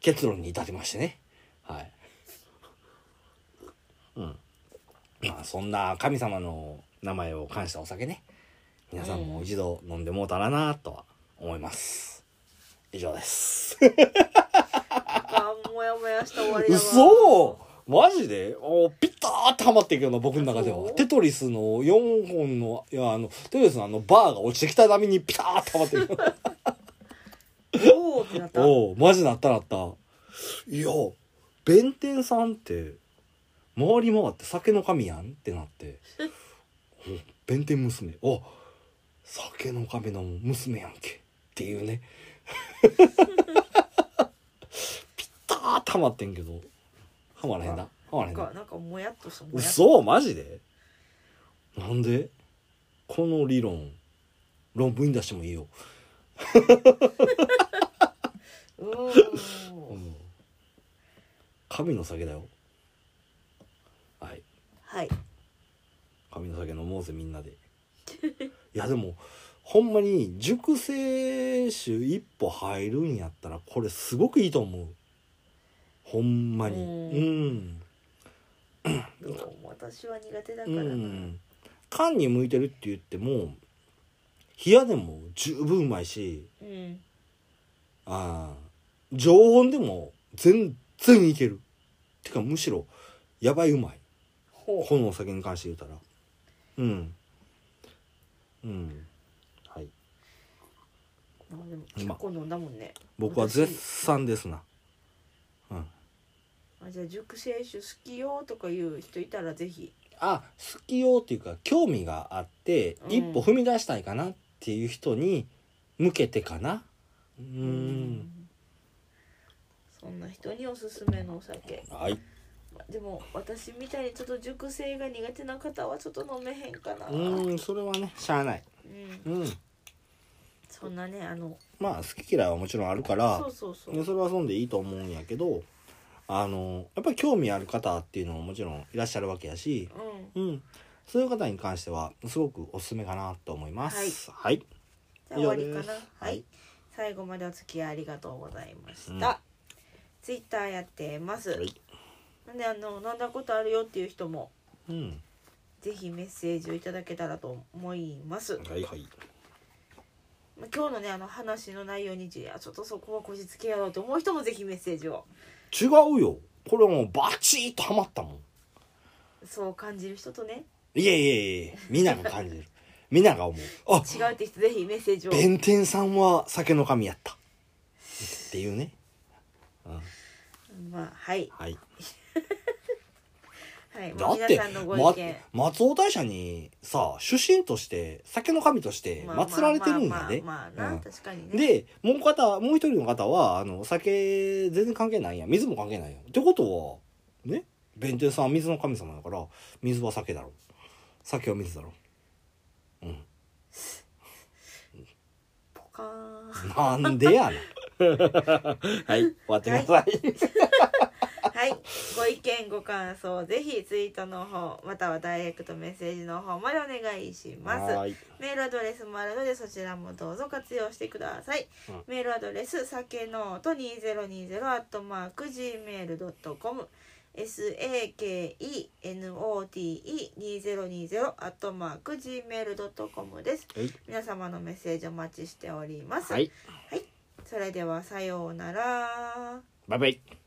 結論に至りましてね。はい。うん。まあ、そんな神様の名前を冠したお酒ね。皆さんも一度飲んでもうたらなとは思います。以上です。
あーもやもやした終わりだわ
嘘マジでおピターってハマっていくような僕の中で
あ
は
そう
テトリスの4本のいやあのテトリスのあのバーが落ちてきた波にピターってハマって
[laughs]
いく
おーってなった
おうマジなったなったいや弁天さんって回り回って酒の神やんってな
[laughs]
ってお弁天娘お酒の神の娘やんけっていう
[laughs]
ねピターたまってんけどはまらへんなはまらへ
なん
んな
かなんかもやっとしたもやっと
嘘マジでなんでこの理論論文に出してもいいよ
うーん
神の酒だよはい
はい
神の酒飲もうぜみんな
[laughs]
でいやでもほんまに熟成酒一歩入るんやったらこれすごくいいと思うほんまにうん
どうも私は苦手だか
う
らな、
ん缶に向いてるって言っても冷やでも十分うまいし
うん
ああ常温でも全然いけるてかむしろやばいうまい
ほ
このお酒に関して言うたらうんうんはいう
まあでも結構飲んだもんね、
僕は絶賛ですなうん
あ、じゃあ熟成酒好きよとかいう人いたらぜひ
あ好きよっていうか興味があって
うん
一歩踏み出したいかなっていう人に向けてかなう
うんそんな人におすすめのお酒
はい
まあでも私みたいにちょっと熟成が苦手な方はちょっと飲めへんかなうん
うんそれはねしゃあないうん
そんなねあの
まあ好き嫌いはもちろんあるから
そうそうそう
ね、それはそんでいいと思うんやけどあのやっぱり興味ある方っていうのももちろんいらっしゃるわけやし、
うん
うん、そういう方に関してはすごくおすすめかなと思います。はい、
じゃあ終わりか
以上
な
です
はい、
はい
最後までお付き合いありがとうございました、
うん
ツイッターやってます、
はい
なんであの飲んだことあるよっていう人も
うん、
ぜひメッセージをいただけたらと思います、
はいはい、
まあ今日のねあの話の内容にいやちょっとそこはこじつけやろうと思う人もぜひメッセージを
違うよこれはもうバチッとハマったもん
そう感じる人とね
いやいやいやいやみんなが感じるみんなが思うあ
違うって人ぜひメッセージを
弁天さんは酒の神やったっていうね、うん、
まあはい
はい
はい、
だ
まあ
っ
皆
て
さんのご
ま
意見、
松尾大社にさ主神として酒の神として
まあ
祀られてるんやで、
まあまあまあな、
うん
確かにね
でもう方もう一人の方はあの酒全然関係ないやん水も関係ないやんってことはね弁天さんは水の神様だから水は酒だろ酒は水だろ
ポカーン
なんでやな
[laughs]
はい終わってください
はい、ご意見ご感想ぜひツイートの方またはダイレクトメッセージの方までお願いします
はーい
メールアドレスもあるのでそちらもどうぞ活用してください、
うん
メールアドレス酒のート2020アットマーク gmail.com sakenote2020 アットマーク gmail.com です
はい
皆様のメッセージお待ちしております、
はい
それではさようなら
バイバイ